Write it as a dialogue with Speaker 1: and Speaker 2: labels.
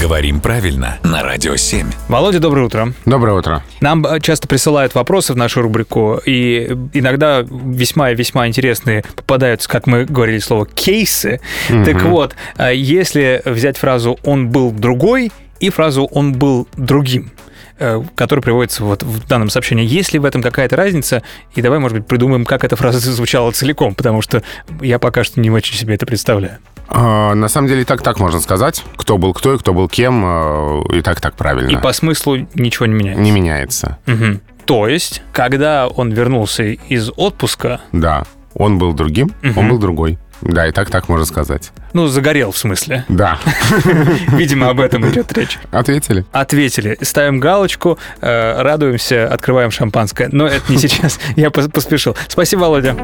Speaker 1: Говорим правильно на Радио 7.
Speaker 2: Володя, доброе утро.
Speaker 3: Доброе утро.
Speaker 2: Нам э, часто присылают вопросы в нашу рубрику, и иногда весьма и весьма интересные попадаются, как мы говорили слово, кейсы. Так вот, э, если взять фразу «он был другой» и фразу «он был другим», э, которая приводится вот в данном сообщении. Есть ли в этом какая-то разница? И давай, может быть, придумаем, как эта фраза звучала целиком, потому что я пока что не очень себе это представляю.
Speaker 3: А, на самом деле и так так можно сказать, кто был кто и кто был кем, э, и так так
Speaker 2: И
Speaker 3: правильно.
Speaker 2: по смыслу ничего не меняется.
Speaker 3: Не меняется.
Speaker 2: Мгм. То есть, когда он вернулся из отпуска,
Speaker 3: Да. Он был другим,
Speaker 2: Мгм.
Speaker 3: он был другой. Да, и так так можно сказать.
Speaker 2: ну, загорел в смысле,
Speaker 3: Да.
Speaker 2: видимо, об этом идет речь.
Speaker 3: Ответили?
Speaker 2: Ответили, ставим галочку, э, радуемся, открываем шампанское. Но это не сейчас, я пос- поспешил. Спасибо, Володя.